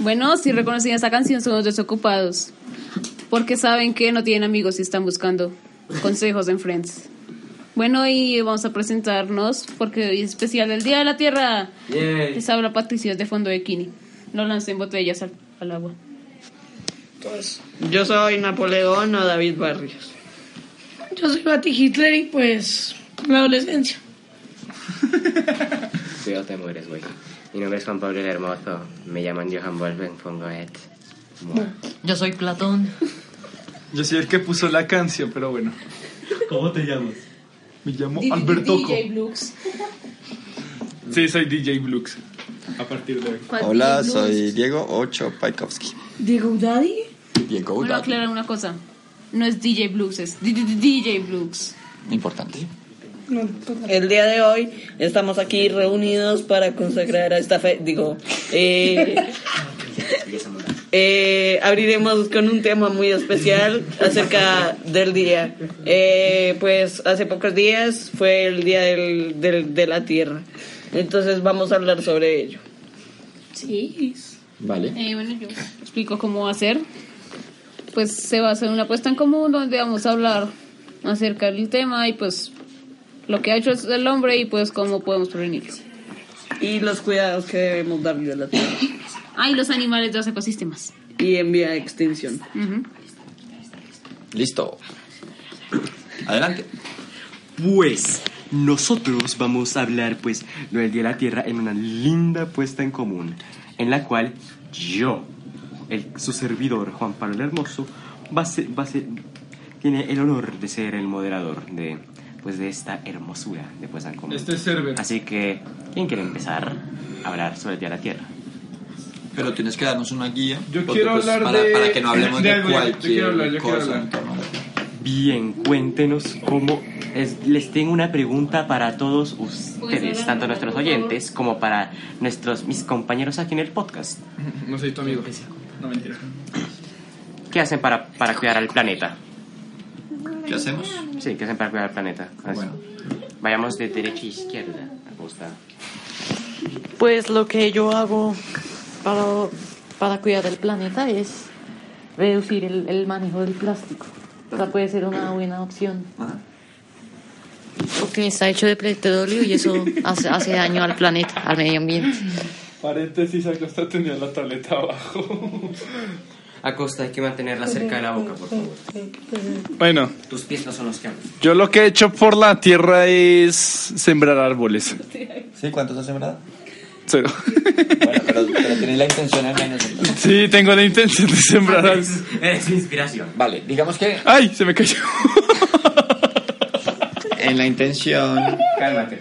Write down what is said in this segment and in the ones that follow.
Bueno, si reconocían esta canción, son los desocupados. Porque saben que no tienen amigos y están buscando consejos en Friends. Bueno, y vamos a presentarnos porque hoy es especial el Día de la Tierra. Yay. Les habla Patricia de fondo de Kini. No lancen botellas al, al agua. Entonces, Yo soy Napoleón o David Barrios. yo soy Mati Hitler y pues la adolescencia. Tú no te mueres, güey. Mi nombre es Juan Pablo el Hermoso. Me llaman Johan Wolfen von Goethe. Mua. Yo soy Platón. Yo soy el que puso la canción, pero bueno. ¿Cómo te llamas? Me llamo Albertoco. DJ Blux. Sí, soy DJ Blux. A partir de hoy. Hola, Blux. soy Diego Ocho Paikovsky. Diego Daddy. Diego Voy a Udall. aclarar una cosa. No es DJ Blux, es D- D- D- DJ Blux. Importante. No, total. El día de hoy estamos aquí reunidos para consagrar a esta fe. Digo, eh, eh, abriremos con un tema muy especial acerca del día. Eh, pues hace pocos días fue el día del- del- de la Tierra. Entonces vamos a hablar sobre ello. Sí. Vale. Eh, bueno, yo explico cómo va a ser. Pues se va a hacer una apuesta en común donde vamos a hablar acerca del tema y pues lo que ha hecho el hombre y pues cómo podemos prevenirlo. Y los cuidados que debemos darle a la Tierra. Ah, y los animales de los ecosistemas. Y en vía de extinción. Ujú. Listo. Adelante. Pues nosotros vamos a hablar pues lo del Día de la Tierra en una linda puesta en común, en la cual yo, el, su servidor Juan Pablo el Hermoso, va a ser, va a ser- tiene el honor de ser el moderador de pues de esta hermosura de puesta en común. Este es Cerber. Así que, ¿quién quiere empezar a hablar sobre el Día de la Tierra? Pero tienes que darnos una guía. Yo porque, pues, quiero hablar para, de- Para que no hablemos de de, algo, yo- yo cualquier quiero hablar, yo quiero cosa. hablar. Bien, cuéntenos cómo... es- les tengo una pregunta para todos ustedes, hablar, tanto nuestros Pues, por favor. oyentes como para nuestros mis compañeros aquí en el podcast. No soy tu amigo. No, mentira. ¿Qué hacen para, para cuidar al planeta? ¿Qué hacemos? Sí, ¿qué hacen para cuidar al planeta? Así. Bueno. Vayamos de derecha a izquierda. Me gusta. Pues lo que yo hago para, para cuidar el planeta es reducir el, el manejo del plástico. O sea, puede ser una buena opción. Ajá. Porque está hecho de petróleo y eso hace, hace daño al planeta, al medio ambiente. Paréntesis, acá está teniendo la tableta abajo. A costa hay que mantenerla cerca de la boca, por favor. Bueno, Tus pies no son los que hablan. yo lo que he hecho por la tierra es sembrar árboles. ¿Sí? ¿Cuántos has sembrado? Cero. Bueno, pero, pero tenés la intención al menos. entonces. Sí, tengo la intención de sembrar Ah, árboles. Eres, eres mi inspiración. Vale, digamos que ¡Ay! Se me cayó. en la intención... Cálmate.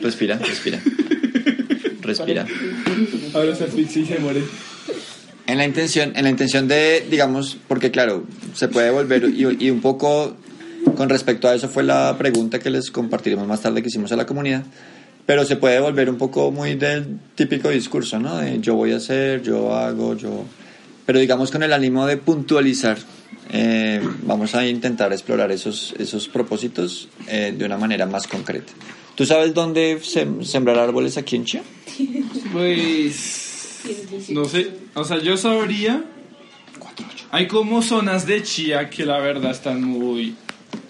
Respira, respira. Respira. Ahora se asfixia y se muere. En la intención, en la intención de, digamos, porque claro, se puede volver y, y un poco con respecto a eso fue la pregunta que les compartiremos más tarde que hicimos a la comunidad, pero se puede volver un poco muy del típico discurso, ¿no? De yo voy a hacer, yo hago, yo... Pero digamos con el ánimo de puntualizar, eh, vamos a intentar explorar esos, esos propósitos eh, de una manera más concreta. ¿Tú sabes dónde sem- sembrar árboles aquí en Chía? Pues. No sé. O sea, yo sabría. Hay como zonas de chía que la verdad están muy.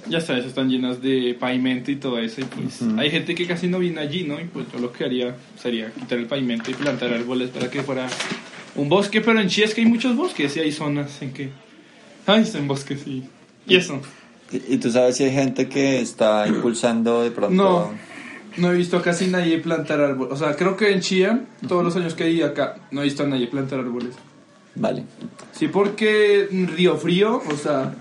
Ya sabes, están llenas de pavimento y todo eso. Y pues hay gente que casi no viene allí, ¿no? Y pues yo lo que haría sería quitar el pavimento y plantar árboles para que fuera un bosque. Pero en chía es que hay muchos bosques y hay zonas en que. Ay, en bosques y. Y eso. ¿Y y tú sabes si hay gente que está impulsando de pronto? No, no he visto a casi nadie plantar árboles. O sea, creo que en Chía, todos los años que he ido acá, no he visto a nadie plantar árboles. Vale. Sí, porque en Río Frío, o sea,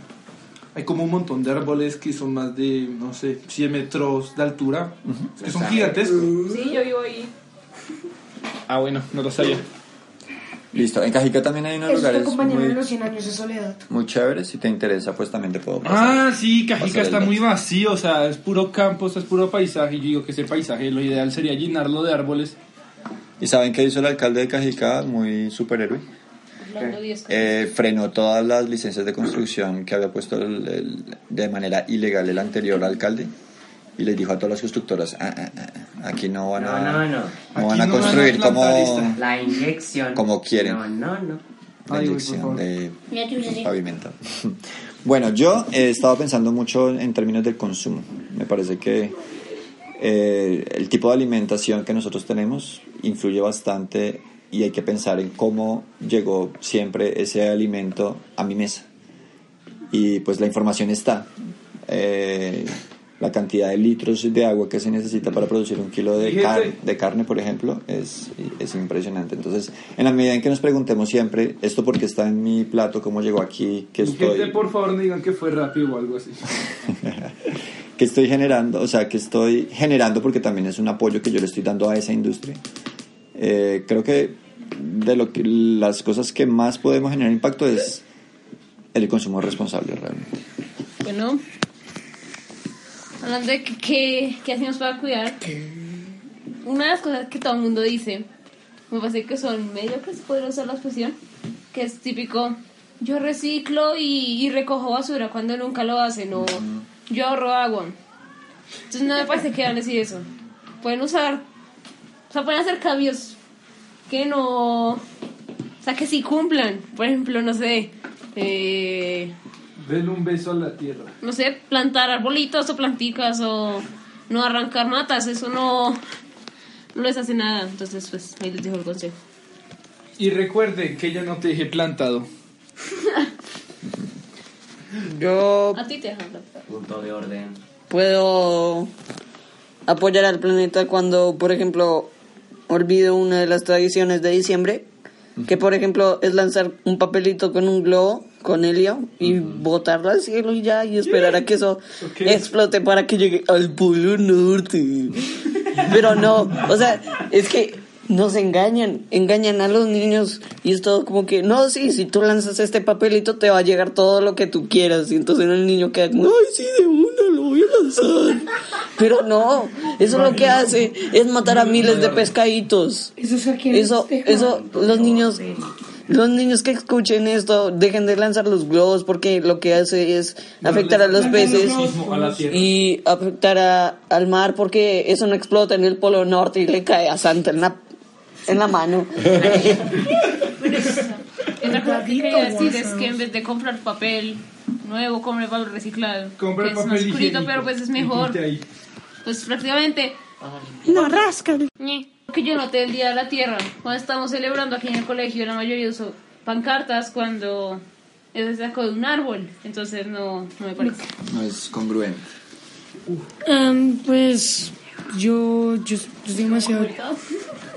hay como un montón de árboles que son más de, no sé, 100 metros de altura. Es que son gigantescos. Sí, yo vivo ahí. Ah, bueno, no lo sabía. Listo. En Cajica también hay unos lugares de muy, los 100 años de soledad. muy chéveres. Si te interesa, pues también te puedo pasar. Ah, sí, Pasar Cajica el está dato. muy vacío, o sea, es puro campo, o sea, es puro paisaje. Y yo digo que ese paisaje lo ideal sería llenarlo de árboles. ¿Y saben qué hizo el alcalde de Cajica? Muy superhéroe. Hablando de eso. Eh, frenó todas las licencias de construcción que había puesto el- el- de manera ilegal el anterior alcalde y les dijo a todas las constructoras, "Ah, ah, ah, ah, aquí no van No, a, no, no. no Aquí van a no van a construir plantar como esta. La inyección. Como quieren. No, no, no. la Ay, güey, por inyección favor. de Mira tu de sí. pavimento. Bueno, yo he estado pensando mucho en términos del consumo. Me parece que eh, el tipo de alimentación que nosotros tenemos influye bastante y hay que pensar en cómo llegó siempre ese alimento a mi mesa y pues la información está. Eh, la cantidad de litros de agua que se necesita para producir un kilo de, car- de carne, por ejemplo, es, es impresionante. Entonces, en la medida en que nos preguntemos siempre, ¿esto por qué está en mi plato? ¿Cómo llegó aquí? ¿Qué Gente, estoy, por favor, no digan que fue rápido o algo así. qué estoy generando? O sea, ¿qué estoy generando? Porque también es un apoyo que yo le estoy dando a esa industria. Eh, creo que de lo que, las cosas que más podemos generar impacto es el consumo responsable realmente. Bueno, hablando de que- que- qué hacemos para cuidar, una de las cosas que todo el mundo dice, me parece que son medio que se puede usar la expresión, que es típico, yo reciclo y, y recojo basura cuando nunca lo hacen, o yo ahorro agua. Entonces no me parece que van a decir eso. Pueden usar, o sea, pueden hacer cambios que no, o sea, que sí cumplan. Por ejemplo, no sé, eh, Denle un beso a la tierra. no sé, plantar arbolitos o planticas o no arrancar matas, eso no, no les hace nada. Entonces, pues ahí les dejo el consejo. Y recuerden que yo no te dije plantado. Yo A ti te dejan plantar. Punto de orden. puedo apoyar al planeta cuando, por ejemplo, olvido una de las tradiciones de diciembre, que por ejemplo es lanzar un papelito con un globo, con helio, y botarlo al cielo y ya, y esperar a que eso Ok. explote para que llegue al Polo Norte. Pero no, o sea, es que nos engañan, engañan a los niños y es todo como que, no, sí, si tú lanzas este papelito te va a llegar todo lo que tú quieras. Y entonces el niño queda como, ay, sí, de uno lo voy a lanzar. Pero no, eso lo que hace es matar a miles de pescaditos. Eso es aquí en Eso, Texas. eso, los niños, los niños que escuchen esto, dejen de lanzar los globos porque lo que hace es afectar a los peces Mismo a la tierra. y afectar a- al mar porque eso no explota en el polo norte y le cae a Santa en la, en la mano. Otra cosa que Cuidadito, quería decir guasa. es que en vez de comprar papel nuevo, compre papel reciclado. Compra que es papel más higiénico. curito, pero pues es Y mejor. quite ahí. Pues prácticamente. No, rasca. Que yo noté el Día de la Tierra. Cuando estamos celebrando aquí en el colegio, la mayoría usó pancartas cuando se sacó de un árbol. Entonces no, no me parece. No es congruente. Am, pues yo, yo, yo soy demasiado.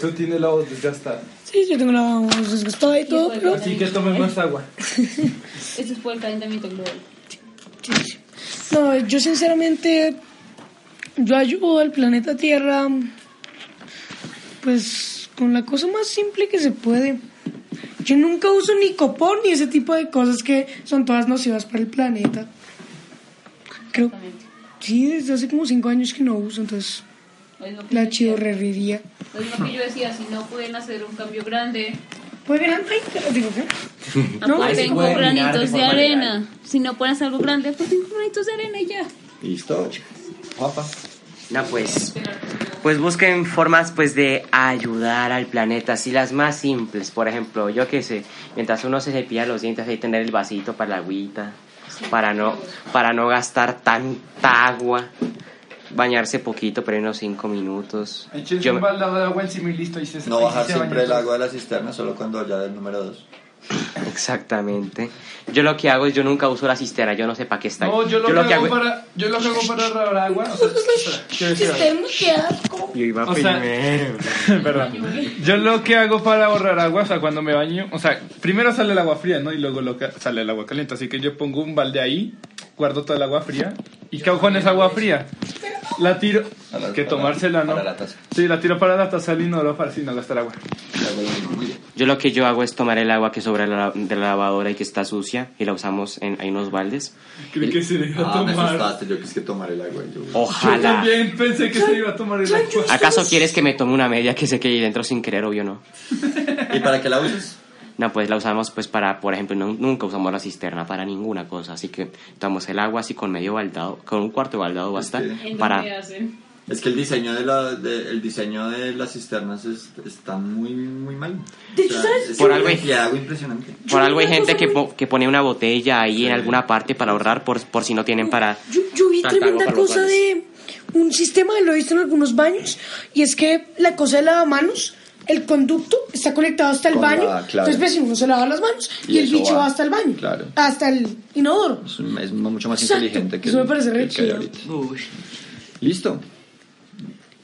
Tú tienes la voz desgastada. Sí, yo tengo la voz desgastada y todo, pero. Así que tomen más agua. Eso es por el calentamiento global. Sí, sí. No, yo sinceramente, yo ayudo al planeta Tierra, pues con la cosa más simple que se puede. Yo nunca uso ni copón ni ese tipo de cosas que son todas nocivas para el planeta. Creo, sí, desde hace como cinco años que no uso, entonces Es lo que la yo decía. chidorrería. Es lo que yo decía, si no pueden hacer un cambio grande, Pues bien, ay, digo, ¿qué? No, Ahí aporten se puede con mirar de granitos de forma legal. arena. Si no pueden hacer algo grande, aporten con granitos de arena y ya. Listo. Guapa. No, pues. Pues busquen formas pues de ayudar al planeta, así las más simples, por ejemplo, yo qué sé, mientras uno se cepilla los dientes hay que tener el vasito para la agüita, para no, para no gastar tanta agua, bañarse poquito, pero unos 5 minutos. Echense Yo- un baldado de agua encima y listo. Y se No bajar y se siempre bañan el agua de la cisterna, solo cuando ya del número 2. Exactamente. Yo lo que hago es yo nunca uso la cisterna, yo no sé para qué está. ahí. No, yo lo, que hago es- para, yo lo que hago para ahorrar agua. O sea, espera, quiero decir algo. Yo iba O sea- primero. Perdón. Yo lo que hago para ahorrar agua, o sea, cuando me baño, o sea, primero sale el agua fría, ¿no? Y luego lo ca- sale el agua caliente. Así que yo pongo un balde ahí, guardo toda el agua fría. ¿Y qué hago con esa agua fría? La tiro. Para- que para- tomársela, ¿no? para la taza. Sí, la tiro para la taza al inodoro para así no gastar agua. Yo lo que yo hago es tomar el agua que sobra de la- de la lavadora y que está sucia y la usamos en, en unos baldes. Creí que se le iba a Ah, me tomar. asustaste, yo quise que tomar el agua. Yo... Yo Ojalá. también pensé que se le iba a tomar el agua. ¿Acaso quieres que me tome una media que sé que hay dentro sin querer o yo no? ¿Y para qué la usas? No, pues la usamos pues para, por ejemplo, no- nunca usamos la cisterna para ninguna cosa, así que tomamos el agua así con medio baldado, con un cuarto de baldado basta Sí. ¿En para dónde hacen? Es que el diseño de, la, de- el diseño de las cisternas es- está muy, muy mal. De hecho, ¿sabes? Por una algo- cantidad de agua impresionante. Yo por vi algo hay una gente cosa que, muy- po- que pone una botella ahí en alguna parte para ahorrar por, por si no tienen para Yo, yo vi tanta agua tremenda para los cosa baños. de un sistema, lo he visto en algunos baños, y es que la cosa de lavamanos, el conducto está conectado hasta el Con la- baño. claro. Entonces, pues, si uno se lava las manos y, Y el eso bicho va. va hasta el baño, Claro. hasta el inodoro. Es, un- es mucho más Exacto. inteligente que Eso me el- parece que re el que hay chido. ahorita. Listo.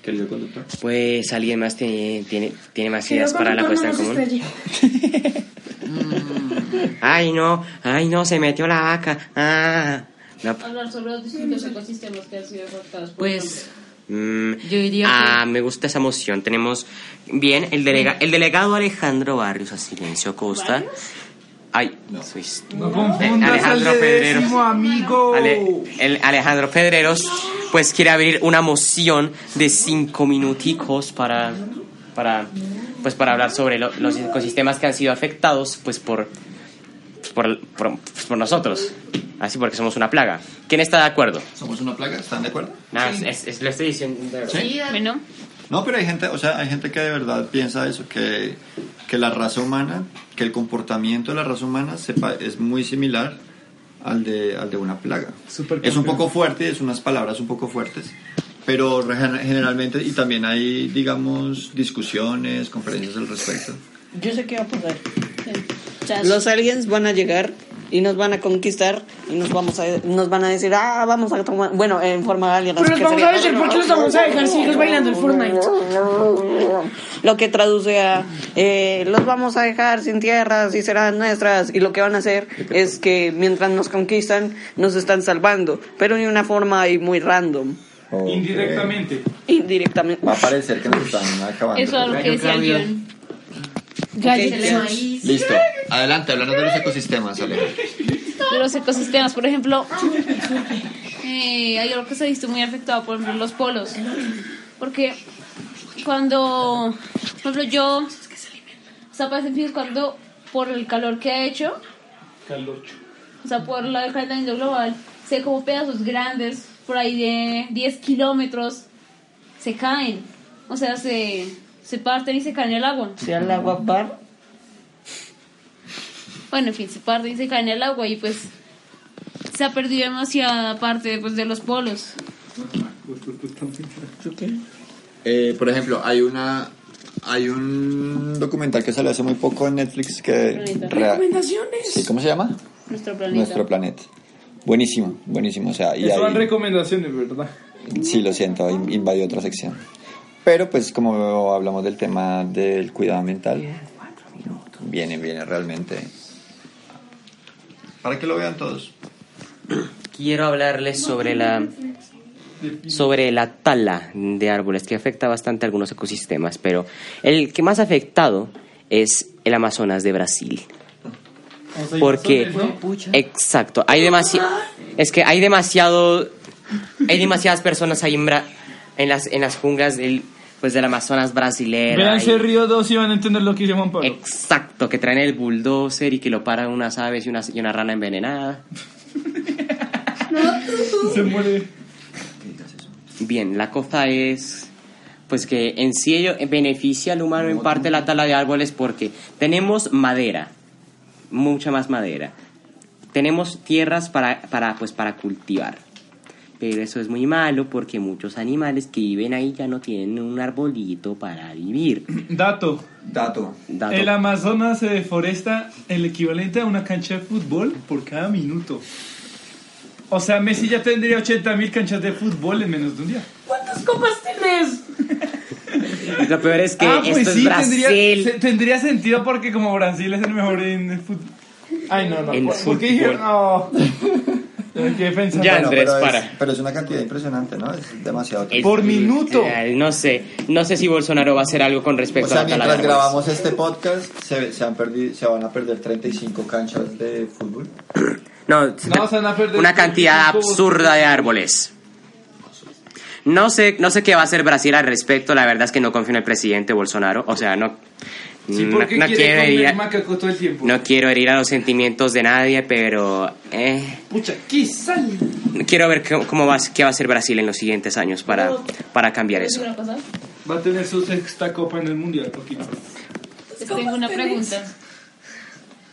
Querido conductor. Pues alguien más tiene, tiene, tiene más Pero ideas para la cuando puesta en nos común. estrella. Ay, no, ay, no, se metió la vaca. Ah, no, Hablar sobre los distintos ecosistemas que han sido afectados. por Pues Mm, Yo diría ah, me gusta esa moción. Tenemos bien el delega, el delegado Alejandro Barrios a silencio Costa. Ay, soy No confundas al Alejandro de Pedrero. décimo amigo. Ale- el Alejandro Pedreros pues quiere abrir una moción de cinco minuticos para para pues para hablar sobre lo- los ecosistemas que han sido afectados pues por por, por- pues, por nosotros así porque somos una plaga quién está de acuerdo ¿Somos una plaga? ¿Están de acuerdo? Nada, es- es- lo estoy diciendo de verdad. Sí. Bueno, No, pero hay gente, o sea, hay gente que de verdad piensa eso, que, que la raza humana, que el comportamiento de la raza humana se pa- es muy similar al de, al de una plaga. Es un poco fuerte, es unas palabras un poco fuertes, pero re- generalmente, y también hay, digamos, discusiones, conferencias al respecto. Yo sé qué va a pasar. chas. Los aliens van a llegar y nos van a conquistar y nos vamos a nos van a decir, "Ah, vamos a tomar, bueno, en forma alien." Pero así los que vamos sería- a decir por qué los vamos a dejar ciegos bailando el Fortnite. Lo que traduce a eh, los vamos a dejar sin tierras y serán nuestras. Y lo que van a hacer es que mientras nos conquistan, nos están salvando. Pero de una forma ahí muy random. Indirectamente. Indirectamente. Va a parecer que nos están acabando. eso es lo que decía Claudio. John. Galletas. Listo, adelante, hablando de los ecosistemas, Alejandro. de los ecosistemas. Por ejemplo, eh, hay algo que se ha visto muy afectado por ejemplo, los polos. Porque cuando, por ejemplo, yo, o sea, para sentir cuando por el calor que ha hecho, Calorcho. o sea, por la- el calentamiento global, se como pedazos grandes, por ahí de 10 kilómetros, se caen. O sea, se, se parten y se caen en el agua. Sea el agua bar. Bueno, en fin, se parten y se caen al agua y pues se ha perdido demasiada parte pues, de los polos. Eh, por ejemplo, hay una hay un documental que salió hace muy poco en Netflix que Planeta. rea- Recomendaciones. sí, ¿cómo se llama? Nuestro planeta. Nuestro planeta. Buenísimo, buenísimo, o sea, y Eso van ahí, recomendaciones, ¿verdad? sí, lo siento, in- invadí otra sección. Pero pues como hablamos del tema del cuidado ambiental, viene, viene realmente. Para que lo vean todos. Quiero hablarles sobre la sobre la tala de árboles que afecta bastante a algunos ecosistemas, pero el que más afectado es el Amazonas de Brasil. Porque exacto, hay demasi- es que hay demasiado hay demasiadas personas ahí en, Bra- en las en las junglas del pues del Amazonas brasilero. Véanse Río 2 y van a entender lo que dice Juan Eh. Pablo. Exacto, que traen el bulldozer y que lo paran unas aves y una, y una rana envenenada. Se muere. Bien, la cosa es pues que en sí ello beneficia al humano en parte la tala de árboles porque tenemos madera, mucha más madera. Tenemos tierras para, para, pues, para cultivar. Pero eso es muy malo porque muchos animales que viven ahí ya no tienen un arbolito para vivir. Dato. Dato. Dado- El Amazonas se deforesta el equivalente a una cancha de fútbol por cada minuto. O sea, Messi ya tendría 80.000 canchas de fútbol en menos de un día. ¿Cuántas copas tenés? Lo peor es que ah, esto pues es sí, Brasil. tendría, se- tendría sentido porque como Brasil es el mejor en el fútbol. Ay, no, no. En ¿Por, por qué dije? fútbol. No. Me quedé pensando. Ya, Bueno, Andrés, pero es- para. pero es una cantidad impresionante, ¿no? Es demasiado. Es- Por minuto. Ay, No sé, no sé si Bolsonaro va a hacer algo con respecto O sea, a la tala de mientras árboles. grabamos este podcast, se, se han perdido, se van a perder 35 canchas de fútbol. No, se- No, se van a perder una cantidad cinco- absurda de árboles. No sé, no sé qué va a hacer Brasil al respecto. La verdad es que no confío en el presidente Bolsonaro. O sea, no. Sí, no, porque Mm, no quiere quiero herir comer a, macaco todo el tiempo. no quiero herir a los sentimientos de nadie, pero eh, Pucha, ¿qué sal? quiero ver cómo, cómo va, qué va a hacer Brasil en los siguientes años para, para cambiar eso. una cosa? Va a tener su sexta copa en el mundial, poquito. Les tengo una pregunta.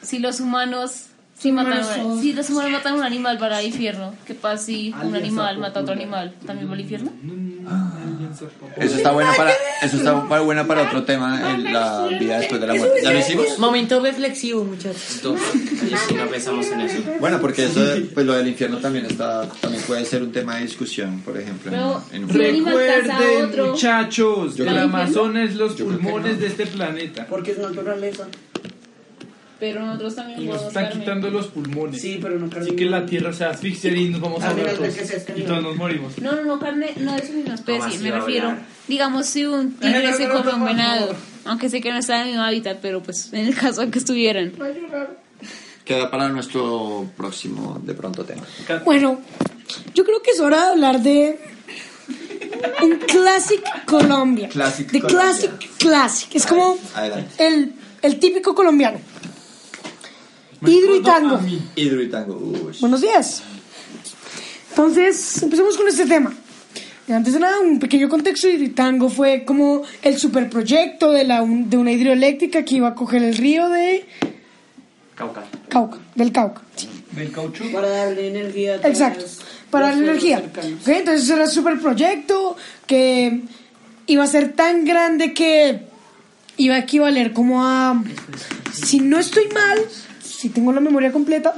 Si los humanos... Si, matan, son- si los humanos matan a un animal para el infierno, ¿qué pasa si un animal mata a otro animal? ¿También va al infierno? Eso está bueno para, eso está para- buena para otro tema, el- la vida después de la muerte. ¿Ya lo hicimos? Momento reflexivo, muchachos. si no pensamos en eso. Bueno, porque eso, de- pues lo del infierno también está, también puede ser un tema de discusión, por ejemplo. en- Pero- en un- Sí. animal caza a Recuerden, otro. muchachos, Yo el creo- Amazon es los creo que pulmones de este planeta. Porque es naturaleza. Pero nosotros también Y nos podemos están carne. quitando los pulmones. Sí, pero no carne. Así que la tierra se asfixia y nos vamos a Ah, mira, ver es que se todos. escribe. Y todos nos morimos. No, no, no, carne no es una No, especie, así me va a refiero. hablar. Digamos, si un tigre se come un venado, aunque sé que no está en el mismo hábitat, pero pues en el caso de que estuvieran. Queda para nuestro próximo, de pronto, tema. Bueno, yo creo que es hora de hablar de un Classic Colombia. Classic de Colombia. Classic Classic. Es como Adelante. el, el típico colombiano. Hidro y tango. Hidro y tango. uy. Buenos días. Entonces, empecemos con este tema. Y Antes de nada, un pequeño contexto. Hidrotango fue como el superproyecto de, la, un- de una hidroeléctrica que iba a coger el río de Cauca. Cauca, del Cauca. sí. Del caucho. Para darle energía. a todas Exacto, las- para los la energía. pueblos cercanos. Ok, Entonces era súper proyecto que iba a ser tan grande que iba a equivaler como a, si no estoy mal, si tengo la memoria completa,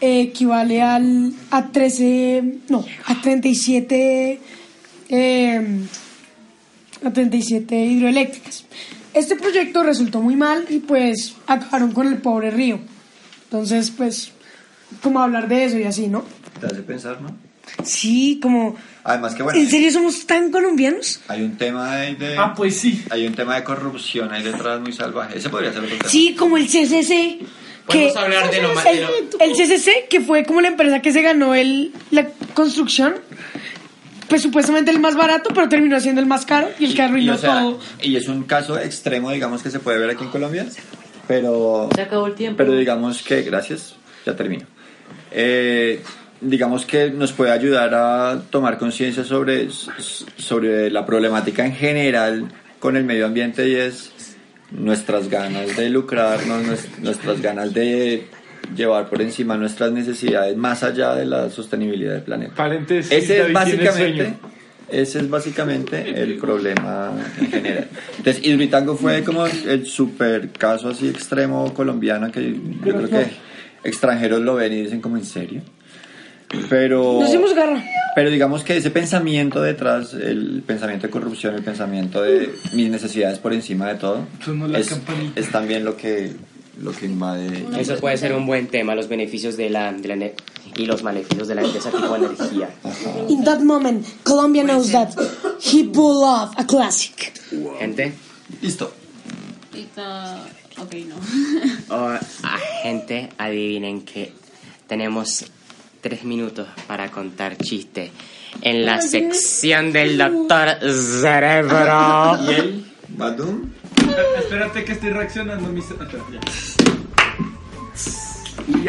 eh, equivale al, a 13, no, a 37, eh, a 37 hidroeléctricas. Este proyecto resultó muy mal y pues acabaron con el pobre río. Entonces, pues, como hablar de eso y así, ¿no? Te hace pensar, ¿no? Sí, como... Además que, bueno, ¿En serio somos tan colombianos? hay un tema de... de- Ah, pues sí. Hay un tema de corrupción ahí detrás muy salvaje. Ese podría ser otro tema. Sí, como el CCC. Que Podemos hablar de lo ma- el, de lo- el CCC, que fue como la empresa que se ganó el, la construcción, pues supuestamente el más barato, pero terminó siendo el más caro y el que arruinó o sea, todo. y es un caso extremo, digamos, que se puede ver aquí en Colombia, pero... Se acabó el tiempo. Pero digamos que, gracias, ya termino. Eh, digamos que nos puede ayudar a tomar conciencia sobre, sobre la problemática en general con el medio ambiente y es nuestras ganas de lucrarnos, nues- nuestras ganas de llevar por encima nuestras necesidades más allá de la sostenibilidad del planeta. Paréntesis. Ese es David tiene básicamente, sueño. ese es básicamente el problema en general. Entonces, Hidroitango fue como el super caso así extremo colombiano que yo creo que extranjeros lo ven y dicen como en serio. Pero, oh. Nos dimos garra. pero digamos que ese pensamiento detrás, el pensamiento de corrupción, el pensamiento de mis necesidades por encima de todo, Sonó la es, campanita. es también lo que, lo que invade Eso puede ser un buen tema, los beneficios de la, de la ne- y los maleficios de la de esa tipo de energía. In that moment, Colombia knows that he pulled off a classic. Gente, Listo. Y ta- Ok, no. oh, ah, gente, adivinen que tenemos tres minutos para contar chistes en la sección del doctor Cerebro. ¿Y él? ¿Badum? Espera- Espérate que estoy reaccionando. Mis... espera, ya. Y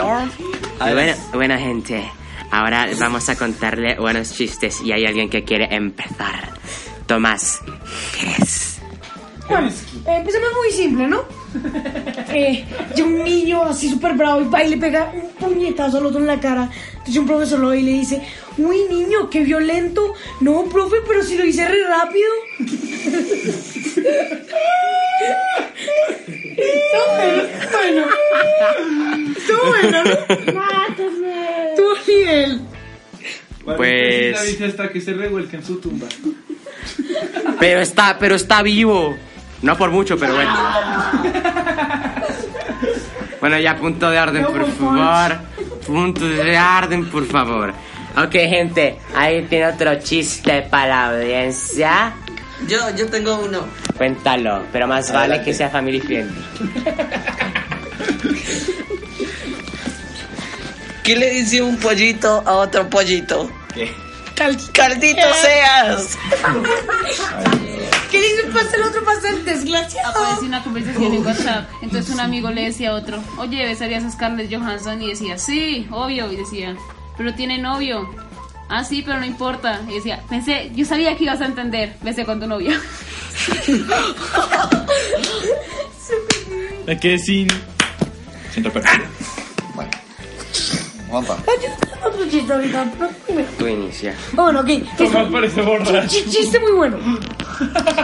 Bueno, buena gente, ahora vamos a contarle buenos chistes y hay alguien que quiere empezar. Tomás, Jerez. Bueno, eh, empecemos muy simple, ¿no? Eh, llega un niño así súper bravo y va y le pega un puñetazo al otro en la cara. Entonces un profesor lo ve y le dice, uy niño, qué violento. No, profe, pero si lo hice re rápido. Estuvo bueno, bueno. Estuvo bueno, ¿no? Estuvo nivel. Vale, Pues- entonces David hasta que se revuelca en su tumba. Pero está, pero está vivo. No por mucho, pero bueno. Bueno, ya punto de orden, por favor. Punto de orden, por favor. Ok, gente, ahí tiene otro chiste para la audiencia. Yo, yo tengo uno. Cuéntalo, pero más vale Adelante. que sea family friendly. ¿Qué le dice un pollito a otro pollito? ¿Qué? Cal- ¡Caldito Eh. seas! ¿Qué dice un pastel, otro pastel? Desgraciado. Apareció una conversación en WhatsApp. Entonces un amigo le decía a otro, oye, ¿besarías a Scarlett Johansson? Y decía, sí, obvio. Y decía, pero tiene novio. Ah, sí, pero no importa. Y decía, pensé, yo sabía que ibas a entender. Besé con tu novia. Me quedé sin. Sin repertorio. Bueno. Juanpa. Otro chiste ahorita. Ah, Tú inicia. Bueno, ok. Tomás parece borracho. Ch- Chiste muy bueno.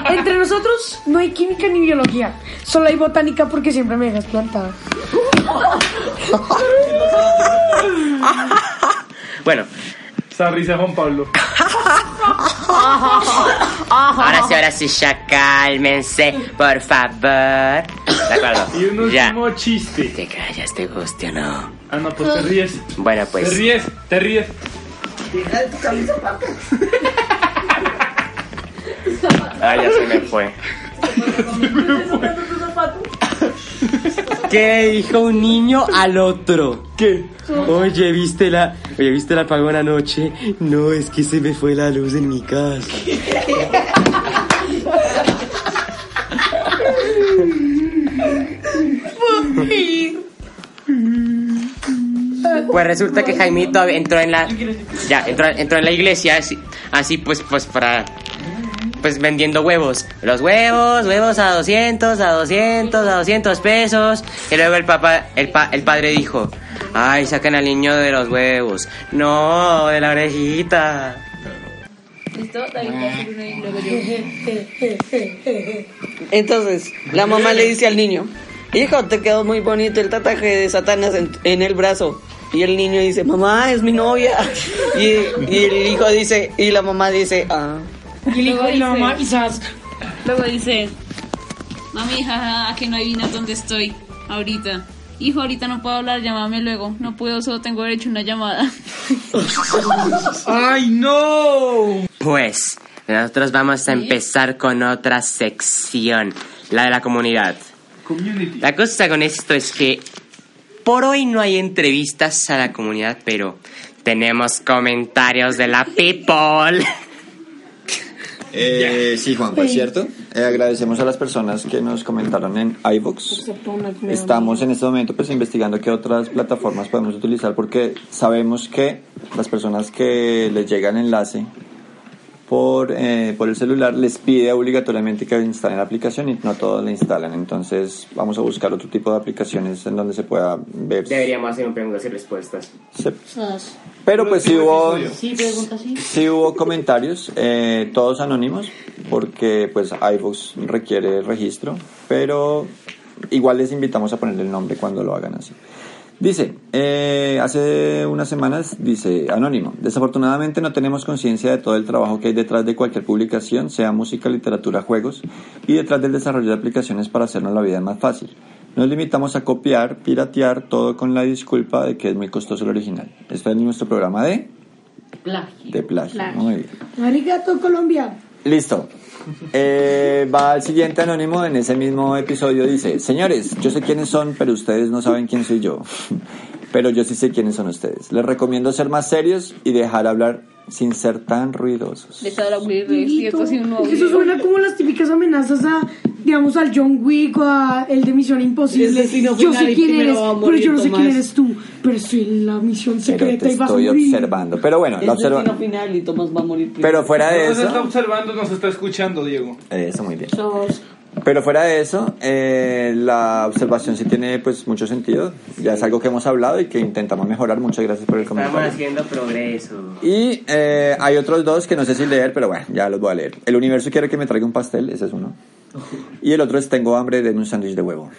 Entre nosotros no hay química ni biología. Solo hay botánica porque siempre me dejas plantada. Bueno, Esa risa de Juan Pablo. ahora sí, ahora sí, ya cálmense, por favor. De Y un acuerdo. Ya. último chiste. Te callas, te guste o no. Ah, no, pues te ríes. Bueno, Te pues. ríes, te ríes. Ah, ya se me fue. ¿Qué dijo un niño al otro? ¿Qué? Oye, ¿viste la... Oye, ¿viste la apagón anoche? No, es que se me fue la luz en mi casa. Pues resulta que Jaimito entró en la... Ya, entró, entró en la iglesia así, así pues, pues para pues vendiendo huevos. Los huevos, huevos a 200, a 200, a 200 pesos. Y luego el papá, el, pa- el padre dijo, ay, sacan al niño de los huevos. No, de la orejita. ¿Listo? David, va a hacer uno y luego yo. Entonces, la mamá le dice al niño, hijo, te quedó muy bonito el tatuaje de Satanás en, en el brazo. Y el niño dice, mamá, es mi novia. Y, y el hijo dice, y la mamá dice, ah. Y le digo, y la mamá, quizás. Luego dice, mami, jaja, a que no adivinas dónde estoy ahorita. Hijo, ahorita no puedo hablar, llámame luego. No puedo, solo tengo derecho a una llamada. ¡Ay, no! Pues, nosotros vamos a empezar con otra sección, la de la comunidad. Community. La cosa con esto es que por hoy no hay entrevistas a la comunidad, pero tenemos comentarios de la people. Eh, Sí, Juanpa, es cierto. Eh, agradecemos a las personas que nos comentaron en iVoox. Estamos en este momento pues investigando qué otras plataformas podemos utilizar porque sabemos que las personas que les llega el enlace por, eh, por el celular les pide obligatoriamente que instalen la aplicación y no todos la instalan. Entonces vamos a buscar otro tipo de aplicaciones en donde se pueda ver. Deberíamos hacer un preguntas y respuestas. Se- Pero pues si hubo... Sí hubo comentarios, eh, todos anónimos, porque pues iVoox requiere registro, pero igual les invitamos a ponerle el nombre cuando lo hagan así. Dice, eh, hace unas semanas, dice, anónimo, desafortunadamente no tenemos conciencia de todo el trabajo que hay detrás de cualquier publicación, sea música, literatura, juegos, y detrás del desarrollo de aplicaciones para hacernos la vida más fácil. Nos limitamos a copiar, piratear, todo con la disculpa de que es muy costoso el original. Esto es nuestro programa de... De plagio. Muy bien. Arigato, Colombia. Listo. Eh, va al siguiente anónimo en ese mismo episodio. Dice, señores, yo sé quiénes son, pero ustedes no saben quién soy yo. Pero yo sí sé quiénes son ustedes. Les recomiendo ser más serios y dejar hablar sin ser tan ruidosos. De toda la weird, ¿cierto? Así un nuevo Eso video. suena como las típicas amenazas a, digamos, al John Wick o a el de Misión Imposible. Ese sí no fue yo sé nadie, quién primero eres, va a pero morir yo no sé quién Tomás. eres tú. Pero estoy en la misión Pero secreta te y vas a estoy morir. observando. Pero bueno, Es la destino observa- final y Tomás va a morir. primero. Pero fuera de No nos está eso... observando, nos está escuchando, Diego. Eso, muy bien. Pero fuera de eso, eh, la observación sí tiene pues mucho sentido. Ya es algo que hemos hablado y que intentamos mejorar. Muchas gracias por el Estamos comentario. haciendo progreso. Y eh, hay otros dos que no sé si leer, pero bueno, ya los voy a leer. El universo quiere que me traiga un pastel, ese es uno. Y el otro es tengo hambre de un sándwich de huevo.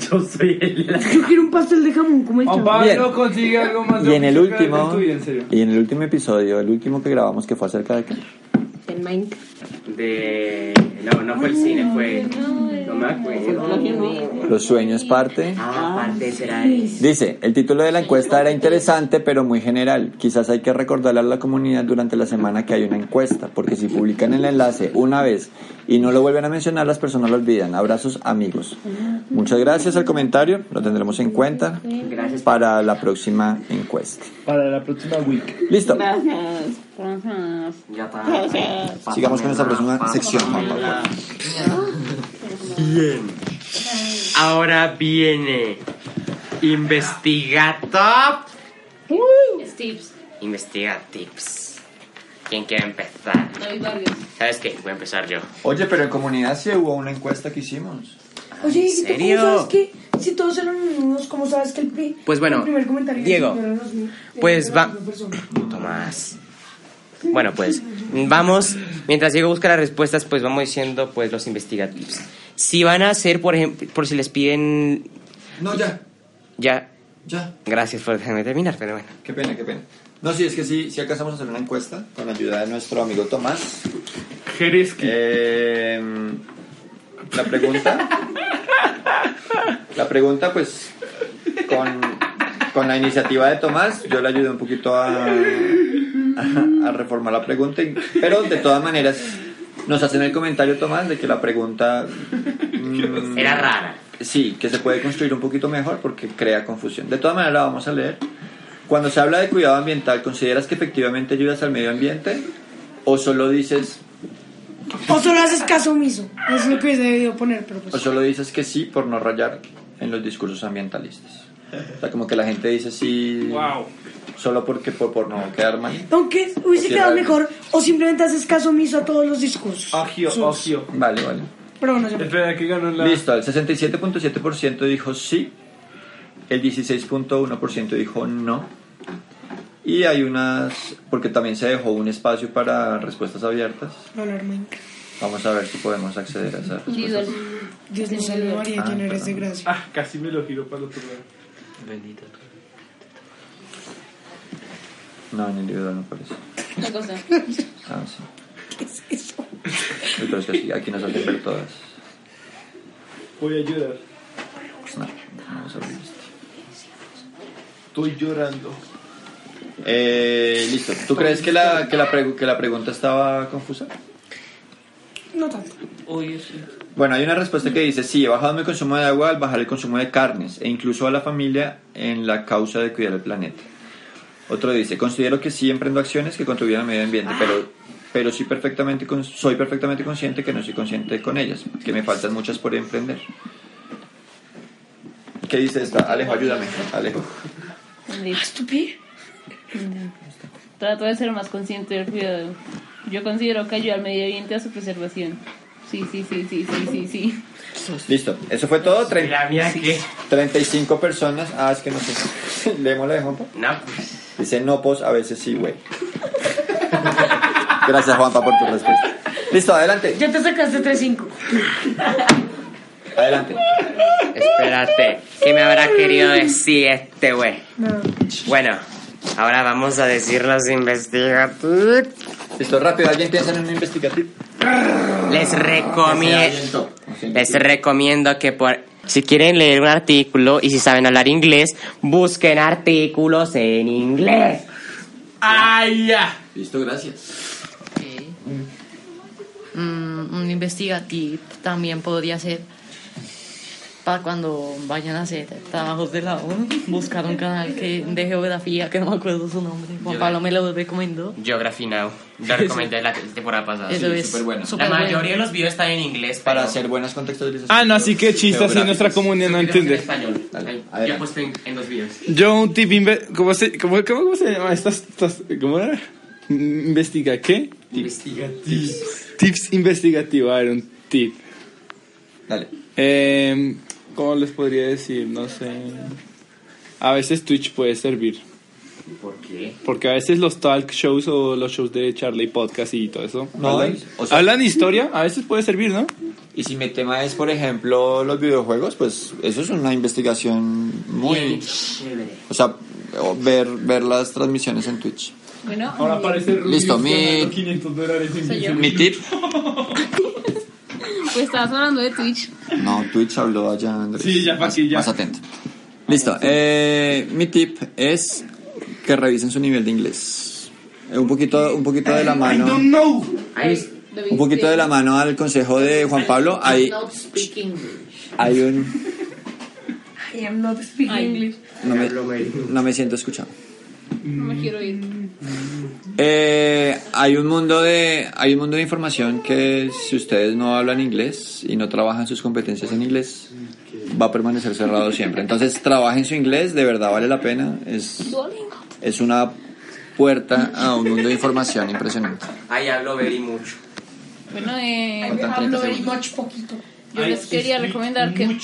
Yo soy el... Yo quiero un pastel de jamón como el Juan chavo. Pablo consigue algo más de Y en el música último, de tu vida, en serio. y en el último episodio, el último que grabamos que fue acerca de qué? De... No, no fue el cine, fue... No eh. me acuerdo. Los sueños parte. Ah, parte será eso. Dice, el título de la encuesta era interesante, pero muy general. Quizás hay que recordarle a la comunidad durante la semana que hay una encuesta, porque si publican el enlace una vez y no lo vuelven a mencionar, las personas lo olvidan. Abrazos, amigos. Muchas gracias al comentario, lo tendremos en cuenta para la próxima encuesta. Para la próxima week. Listo. Gracias. Ajá. Ya está. Sigamos con nuestra próxima sección, Juan Pablo. Ahora viene Investiga Top. Steve's. Investiga Tips. ¿Quién quiere empezar? David Vargas. ¿Sabes qué? Voy a empezar yo. Oye, pero en comunidad sí hubo una encuesta que hicimos. Oye, ¿en ¿y tú serio? ¿cómo sabes que si todos eran unos, cómo sabes que el, pri- Pues bueno, el primer comentario Diego, eran los mi- eh, pues eran las va- dos personas? Tomás. Bueno, pues vamos, mientras Diego busca las respuestas, pues vamos diciendo pues los investigativos. Si van a hacer, por ejemplo, por si les piden No, ya, ya ya. gracias por dejarme terminar, pero bueno. Qué pena, qué pena. No, sí, es que sí, sí alcanzamos a hacer una encuesta con la ayuda de nuestro amigo Tomás. Jereski. Eh, la pregunta. La pregunta, pues, con, con la iniciativa de Tomás, yo le ayudé un poquito a, a, a reformar la pregunta. y- Pero de todas maneras, nos hacen el comentario, Tomás, de que la pregunta. mm, Era rara. Sí, que se puede construir un poquito mejor porque crea confusión. De todas maneras, la vamos a leer. Cuando se habla de cuidado ambiental, ¿consideras que efectivamente ayudas al medio ambiente? ¿O solo dices, O solo haces caso omiso. Eso es lo que hubiese debido poner, pero pues. o solo dices que sí por no rayar en los discursos ambientalistas? O sea, como que la gente dice sí Wow. solo porque por, por no quedar mal. Aunque hubiese O si quedado era- mejor, o simplemente haces caso omiso a todos los discursos. Agio, agio. Vale, vale. Pero bueno, ya. Espera, que ganó la. Listo, el 67.7% dijo sí, el 16.1% dijo no. Y hay unas, porque también se dejó un espacio para respuestas abiertas. No hablar Minecraft. Vamos a ver si podemos acceder a esas Individual. respuestas. Dios nos salve María, Ah, llena eres de perdón. gracia. Ah, casi me lo giro para el otro lado. No, en individual no parece. ¿Qué cosa? Ah, sí. ¿Qué es eso? Pero es que sí, aquí nos hacen ver todas. Voy a llorar. No, pues, no vamos a abrir esto. Estoy llorando. Eh, listo. ¿Tú crees que la, que, la pregu- que la pregunta estaba confusa? No tanto. Bueno, hay una respuesta que dice, sí, he bajado mi consumo de agua al bajar el consumo de carnes e incluso a la familia en la causa de cuidar el planeta. Otro dice, considero que sí emprendo acciones que contribuyen al medio ambiente, pero, pero sí perfectamente con- soy perfectamente consciente que no soy consciente con ellas, que me faltan muchas por emprender. ¿Qué dice esta? Alejo, ayúdame. Alejo. Ah, Estúpido. Trato de ser más consciente del cuidado. Yo considero que ayuda al medio ambiente a su preservación. Sí, sí, sí, sí, sí, sí, sí. Listo, eso fue todo. Tre- Mira, mira que. 35 personas. Ah, es que no sé. Leemos la de Juanpa. No, pues. Dice no, pues a veces sí, güey. Gracias, Juanpa, por tu respuesta. Listo, adelante. Ya te sacaste 3-5. Adelante. Espérate. ¿Qué me habrá querido decir este güey? Bueno, ahora vamos a decir los investigativos. Listo, rápido. ¿Alguien piensa en un investigativo? Les Eh, recomiendo. Miento. Les recomiendo que por, si quieren leer un artículo y si saben hablar inglés, busquen artículos en inglés. ¡Ay, ya! Listo, gracias. Mm, un investigativo también podría ser para cuando vayan a hacer trabajos de la ONU, buscar un canal que, de geografía, que no me acuerdo su nombre. Juan Pablo me lo recomendó. Geography Now. Lo recomendé la temporada pasada. Eso es superbueno. La superbueno. mayoría de los videos están en inglés. Para pero- hacer buenas contextualizaciones. Ah, no, así que chiste así nuestra comunidad no Videos en entiende. español. Dale, Ahí, adelante. Ya puesto en, en dos videos. Yo un tip inve- ¿Cómo se, cómo, cómo, cómo se llama? Estas, estas- ¿Cómo era? ¿Investiga qué? Investigativo. Tips investigativo. A ver, un tip. Dale. Eh, ¿Cómo les podría decir? No sé. A veces Twitch puede servir. ¿Por qué? Porque a veces los talk shows o los shows de Charlie Podcast y todo eso. No, hablan, es- o sea- hablan de historia, a veces puede servir, ¿no? Y si mi tema es, por ejemplo, los videojuegos, pues eso es una investigación muy... O sea, o ver, ver las transmisiones en Twitch. Bueno, eh, Ahora parece Rubius Listo, mi- ganando 500 dólares en Soy yo. Bitcoin. ¿Mi tip? pues estabas hablando de Twitch. No, Twitch habló allá, Andrés. Sí, ya, pa' más, aquí, ya. más atento. Listo. eh, mi tip es que revisen su nivel de inglés. Eh, Un poquito, un poquito de la I mano. don't know. Un poquito de la mano al consejo de Juan Pablo. Hay, hay un. I am not speaking Ay. English. No me, no me siento escuchado. No Mm. me quiero ir. Eh, hay un mundo de hay un mundo de información que si ustedes no hablan inglés y no trabajan sus competencias en inglés va a permanecer cerrado siempre. Entonces trabajen su inglés, de verdad vale la pena. Es es una puerta a un mundo de información impresionante. Ahí hablo very mucho. Bueno, eh, Faltan 30 Hablo very segundos. much poquito. yo les quería recomendar que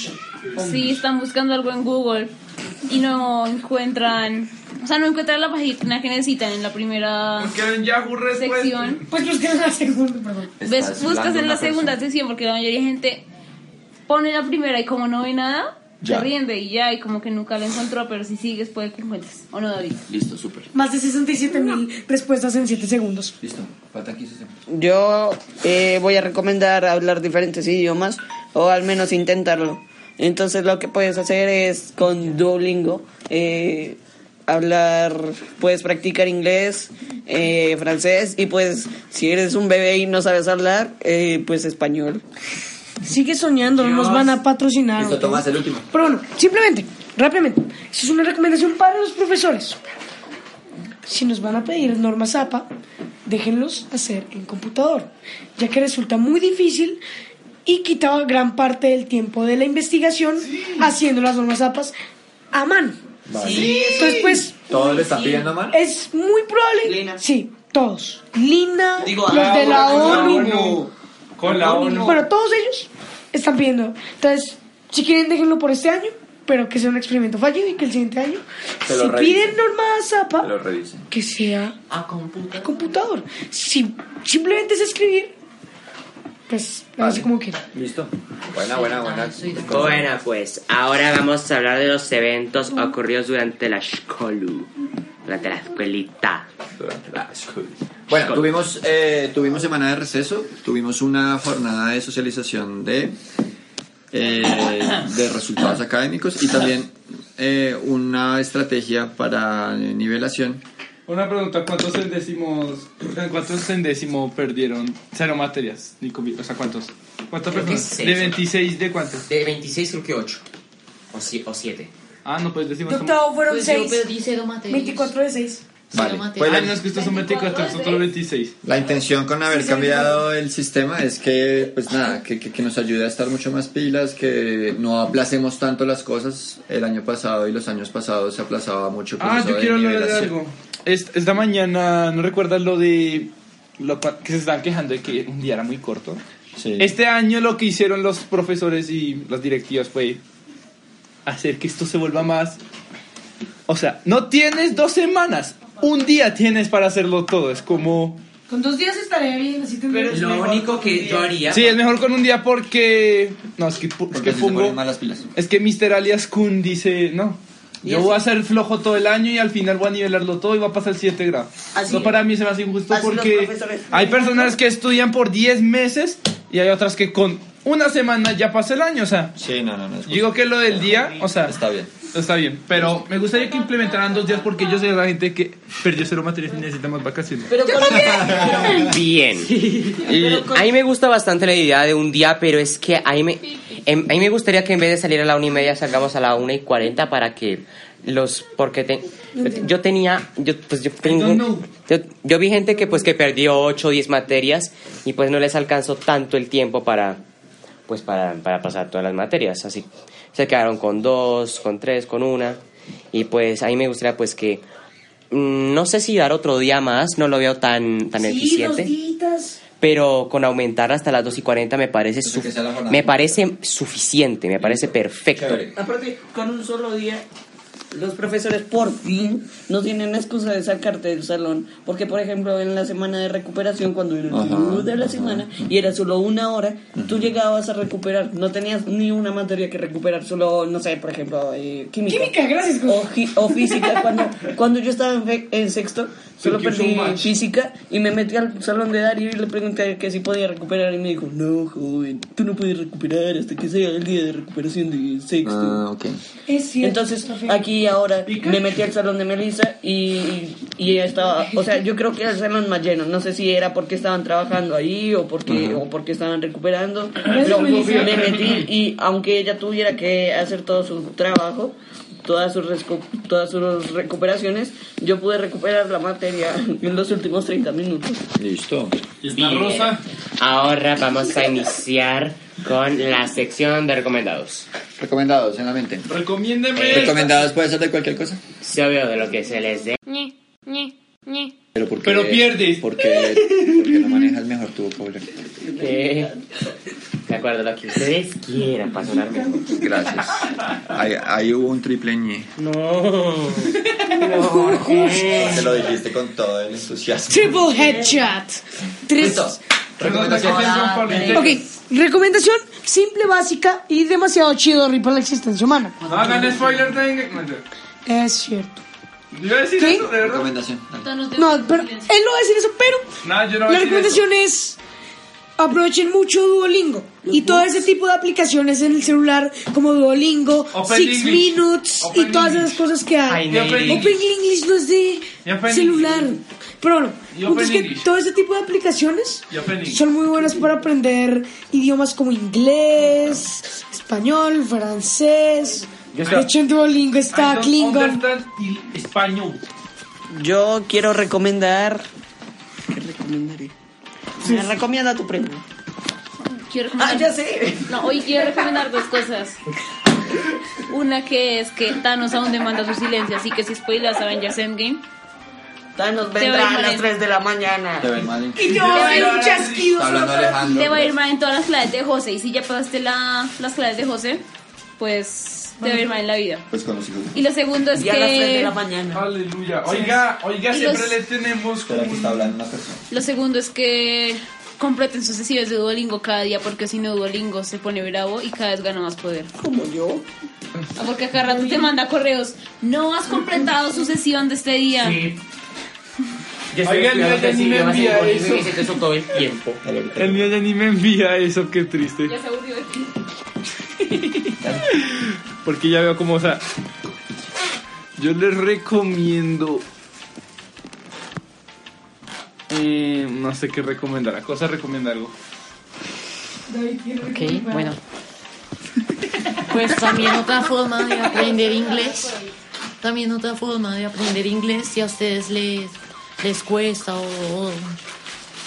si están buscando algo en Google y no encuentran, o sea, no encuentran la página que necesitan en la primera Porque en Yahoo respuesta. sección, Pues pues que la segunda, perdón. ves, Estás buscas hablando en la una segunda persona. sección porque la mayoría de gente pone la primera y como no ve nada, Ya. se rinde y ya, y como que nunca la encontró, pero si sigues puede que encuentres, ¿o no, David? Listo, súper. Más de 67 mil respuestas en 7 segundos. Listo. Faltan 15 segundos. Yo eh, voy a recomendar hablar diferentes idiomas o al menos intentarlo. Entonces lo que puedes hacer es con Duolingo eh, hablar, puedes practicar inglés, eh, francés y pues si eres un bebé y no sabes hablar, eh, pues español. Sigue soñando, no nos van a patrocinar. Listo, Ah, ¿ok? Tomás, el último. Pero bueno, simplemente, rápidamente, eso es una recomendación para los profesores. Si nos van a pedir normas APA, déjenlos hacer en computador, ya que resulta muy difícil y quitaba gran parte del tiempo de la investigación haciendo las normas APA a mano. Entonces, pues, Todo le está pidiendo a mano. es muy probable. Lina. Sí, todos. Lina, Digo, los ah, de la con ONU. la ONU. Con la ONU. Bueno, todos ellos están pidiendo. Entonces, si quieren, déjenlo por este año, pero que sea un experimento fallido y que el siguiente año, Se lo si revisen. piden norma Que Lo zapa, revisen. que sea A computa. a Ah, computador. Si simplemente es escribir, pues, así Vale. como quieran. Listo. Buena, buena, buena. Soy de- Bueno, pues ahora vamos a hablar de los eventos ocurridos durante la escolu, durante la escuelita. durante la Ah, escuela. Bueno, tuvimos, eh, tuvimos semana de receso, tuvimos una jornada de socialización de, eh, de resultados académicos y también eh, una estrategia para nivelación. Una pregunta, ¿cuántos centésimos, en cuántos centésimos perdieron cero materias? Ni comi- o sea, ¿cuántos? ¿Cuántas Creo que personas? seis. ¿De 26 de cuántos? De 26 creo que 8 o, si- o 7. Ah, no, pues decimos... De octavo fueron Pues yo 6, pedí cero materias. 24 de 6. Cero Vale, materias. pues Ah, la, no, es que estos son 24, son solo 26. la intención con haber cambiado el sistema es que, pues nada, que, que- que nos ayude a estar mucho más pilas, que no aplacemos tanto las cosas. El año pasado y los años pasados se aplazaba mucho. el Ah, proceso yo quiero hablar de nivelación. algo. Est- Esta, mañana, ¿no recuerdas lo de... Lo cua- que se estaban quejando de que un día era muy corto? Sí. Este año lo que hicieron los profesores y las directivas fue hacer que esto se vuelva más... O sea, no tienes dos semanas, un día tienes para hacerlo todo, es como... Con dos días estaré bien, así tendré. Lo único que yo haría... Sí, es mejor con un día porque... No, es que, pu- es porque que si se ponen pongo... mal las pilas. Es que Mr. Alias Kun dice, no, yo voy a ser flojo todo el año y al final voy a nivelarlo todo y va a pasar 7 grados. Así Eso es. para mí se me hace injusto Así los porque profesores. hay personas que estudian por 10 meses y hay otras que con una semana ya pasa el año, o sea, Sí, no, no, no. es justo. digo que lo del día, o sea, Está bien. Está bien, pero me gustaría que implementaran dos días porque yo soy la gente que perdió cero materias y necesita más vacaciones. Pero con- Bien. L- A mí me gusta bastante la idea de un día, pero es que a mí me, em- a mí me gustaría que en vez de salir a la una y media salgamos a la una y cuarenta para que los porque te- yo tenía yo pues yo tengo- I don't know. yo, yo vi gente que pues que perdió ocho o diez materias y pues no les alcanzó tanto el tiempo para pues para, para pasar todas las materias así se quedaron con dos con tres con una y pues a mí me gustaría pues que mm, no sé si dar otro día más, no lo veo tan, tan eficiente pero con aumentar hasta las 2 y 40 me parece, Entonces, su- que sea la jornada me completa. parece suficiente, me parece perfecto. Chévere. Aparte, con un solo día, los profesores por fin no tienen excusa de sacarte del salón. Porque, por ejemplo, en la semana de recuperación, cuando era el Ajá, menú de la ajá. semana y era solo una hora, tú llegabas a recuperar. No tenías ni una materia que recuperar, solo, no sé, por ejemplo, eh, química. Química, gracias, O, gi- o física. Cuando, cuando yo estaba en, fe- en sexto, solo Thank you so perdí much. física y me metí al salón de Dario y le pregunté que si podía recuperar. Y me dijo: No, joven, tú no puedes recuperar hasta que sea el día de recuperación de sexto. Ah, ok. Es cierto. Entonces, está feo. aquí ahora me metí al salón de Melissa y, y ella estaba, o sea, yo creo que era el salón más lleno, no sé si era porque estaban trabajando ahí o porque, o porque estaban recuperando, pero me metí y aunque ella tuviera que hacer todo su trabajo, todas sus, rescu- todas sus recuperaciones, yo pude recuperar la materia en los últimos 30 minutos. Listo. Y está Bien. Rosa. Ahora vamos a iniciar con la sección de recomendados. Recomendados en la mente. Recomiéndeme. esta. Recomendados puede ser de cualquier cosa. Se obvio de lo que se les dé. Pero, porque, Pero pierdes. Porque, porque no manejas mejor tu vocabulario. que- De acuerdo, lo que ustedes quieran para sonar mejor. Gracias. Ahí, ahí hubo un triple ñe. No. No. eh. Te lo dijiste con todo el entusiasmo. Triple headshot. Tres. Recomendación por Ok, internet. recomendación simple, básica y demasiado chido para la existencia humana. No hagan spoiler de. no, mentira. Es cierto. Yo iba a decir ¿Sí? eso, de verdad. Recomendación. dale. No, pero él no va a decir eso, pero No, yo no voy a la decir eso. recomendación es aprovechen mucho Duolingo y todo ese tipo de aplicaciones en el celular como Duolingo, Open Six English. Minutes Open y todas English. esas cosas que hay. Ay, Yo aprendí Open English no es de Y Open celular. Pero bueno, Y punto Open es que English. todo ese tipo de aplicaciones Y Open English. son muy buenas para aprender idiomas como inglés, español, francés. Yo sé- De hecho, en Duolingo I don't está Klingon. understand el español. Yo quiero recomendar. ¿Qué recomendaré? Me recomienda tu premio. Quiero Ah, recomendar- ya sé. No, hoy quiero recomendar dos cosas. Una que es que Thanos aún demanda su silencio, así que si spoilas Avengers Endgame, Te Thanos voy vendrá a mal. las 3 de la mañana. Te ven mal. Y te va a dar un chasquido. Está hablando Alejandro. pues. te va a ir mal en todas las clases de José. Y si ya pasaste la- las clases de José, pues te va a ir mal en la vida. Pues con los hijos. Y lo segundo es Y a las 3 de que... la mañana. Aleluya. Oiga, oiga, Y siempre los- le tenemos Espera que está como... hablando una persona. Lo segundo es que completen sus sesiones de Duolingo cada día porque si no Duolingo se pone bravo y cada vez gana más poder. Como yo. Ah, Porque acá rato te manda correos. No has completado su sesión de este día. Yo estoy Oigan, estudiando ya tres ni me idiomas en envía Duolingo eso. y hice eso todo el tiempo. El mío ya ni me envía eso, qué triste. Ya se aburrió de ti. Porque ya veo como, o sea... Yo les recomiendo... Eh, no sé qué recomendar. ¿A cosa recomienda algo? Ok, bueno. Pues también otra forma de aprender inglés. También otra forma de aprender inglés si a ustedes les, les cuesta o, o,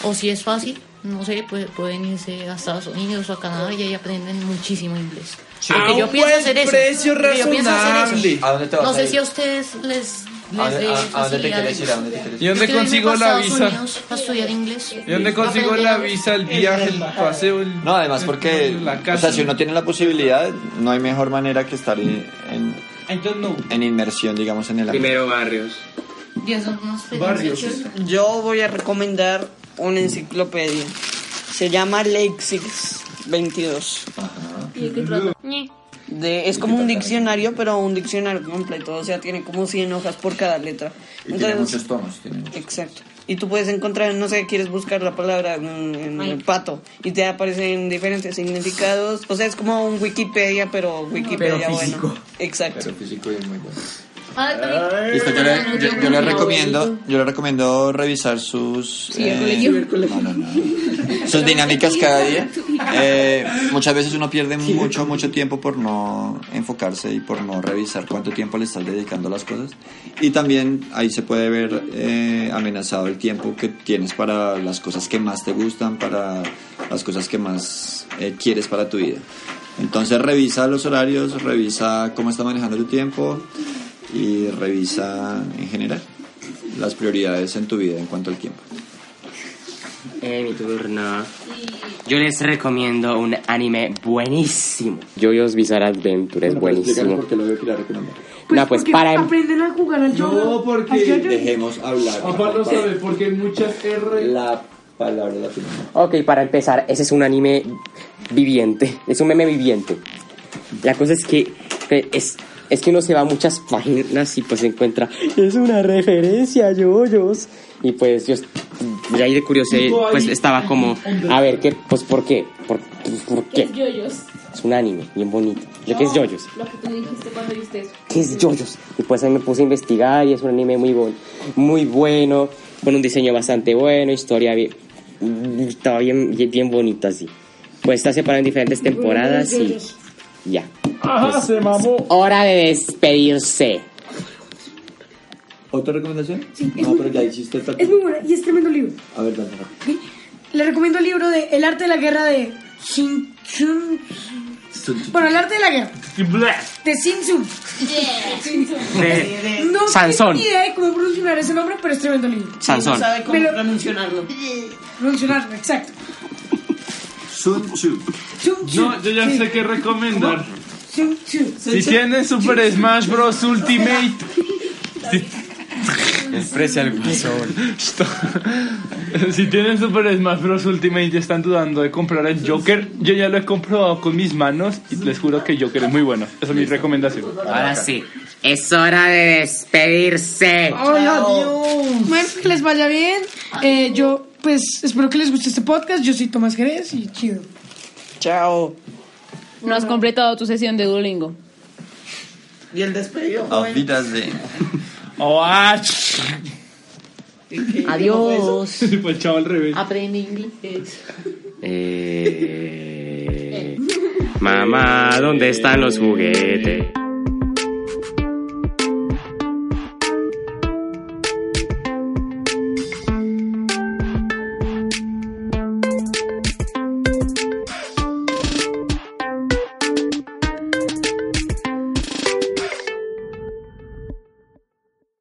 o si es fácil. No sé, pues pueden irse a Estados Unidos o a Canadá y ahí aprenden muchísimo inglés. Porque yo pienso hacer eso. Porque yo pienso hacer eso. ¿A dónde te vas No a sé ir? si a ustedes les, ¿A les dónde, a- dé a dónde te facilidad quieres ir? eso. ¿A dónde te quieres ir? ¿Y dónde Yo quiero irme consigo para la Estados visa? Unidos a estudiar inglés. ¿Y dónde consigo la Aprender- visa, el viaje, el paseo, el... No, además porque, La o casa. sea, si uno tiene la posibilidad, no hay mejor manera que estar en, en, I don't know. en inmersión, digamos, en el ambiente. Primero Barrios. Y eso no sé, Barrios. no sé. Yo voy a recomendar una enciclopedia. Se llama Lexix 22. ¿Y de qué trata? De- es como un diccionario, pero un diccionario completo. O sea, tiene como 100 hojas por cada letra. Y tiene muchos tomos. tiene- Exacto. Y tú puedes encontrar, no sé, quieres buscar la palabra mm, en el pato y te aparecen diferentes significados. O sea, es como un Wikipedia, pero Wikipedia bueno. Exacto. Pero físico y muy bueno. Ah, también. Listo, yo le, yo, yo No, le recomiendo, yo le recomiendo revisar sus eh, Sí, el colegio. El no, no, no. sus dinámicas cada día. Eh, muchas veces uno pierde mucho, mucho tiempo por no enfocarse y por no revisar cuánto tiempo le estás dedicando a las cosas. Y también ahí se puede ver eh, amenazado el tiempo que tienes para las cosas que más te gustan, para las cosas que más eh, quieres para tu vida. Entonces revisa los horarios, revisa cómo está manejando tu tiempo y revisa en general las prioridades en tu vida en cuanto al tiempo. Eh, mi turno. Yo les recomiendo un anime buenísimo. Jojo's Bizarre Adventure es buenísimo. lo veo que la recomiendo. No, pues porque em- para. Aprenden a jugar al yo-yo. No, porque- Al yo-yo. Dejemos hablar. Papá lo Ah, sabe, porque hay muchas R... La palabra de la primera. Ok, para empezar, ese es un anime viviente. Es un meme viviente. La cosa es que que es, es que uno se va a muchas páginas y pues encuentra. Es una referencia a yoyos. Y pues yo ya ahí de curiosidad pues estaba como. A ver, ¿qué, pues por qué? ¿Por, pues, por ¿Qué qué? es yoyos? Es un anime, bien bonito. ¿Lo que es No, yoyos? Lo que tú dijiste cuando viste eso. ¿Qué es JoJo's? Y pues ahí me puse a investigar y es un anime muy, bon- muy bueno, con un diseño bastante bueno, historia bien, estaba bien, bien, bien bonita así. Pues está separado en diferentes temporadas y ya. Ajá, se mamó. Hora de despedirse. ¿Otra recomendación? Sí, es No, muy- pero ya hiciste esta. Es muy buena y es tremendo libro. A ver, dale, dale. ¿ok? Le recomiendo el libro de El arte de la guerra de Sun Tzu. Bueno, El arte de la guerra de Sun Tzu. Sun Tzu. No Sansón. tengo ni idea de cómo pronunciar ese nombre, pero es tremendo libro. No Sansón. sabe cómo Pero- pronunciarlo. Pronunciarlo, exacto. Sun Tzu. Sun Tzu. No, yo ya Sí, sé qué recomendar. Sun Tzu. Si tienen Super Smash Bros. Ultimate, Desprecia al guasón. si tienen Super Smash Bros. Ultimate y están dudando de comprar el Joker, yo ya lo he comprobado con mis manos y les juro que Joker es muy bueno. Esa es mi recomendación. Ah. Ahora sí, es hora de despedirse. Hola, Dios. Bueno, pues que les vaya bien. Eh, yo, pues, espero que les guste este podcast. Yo soy Tomás Jerez y chido. Chao. No has completado tu sesión de Duolingo. Y el despedido. Auf joven. Wiedersehen. Oh, ah, ch- Adiós. Fue el chavo al revés. Aprende inglés. Eh, mamá, ¿dónde están los juguetes?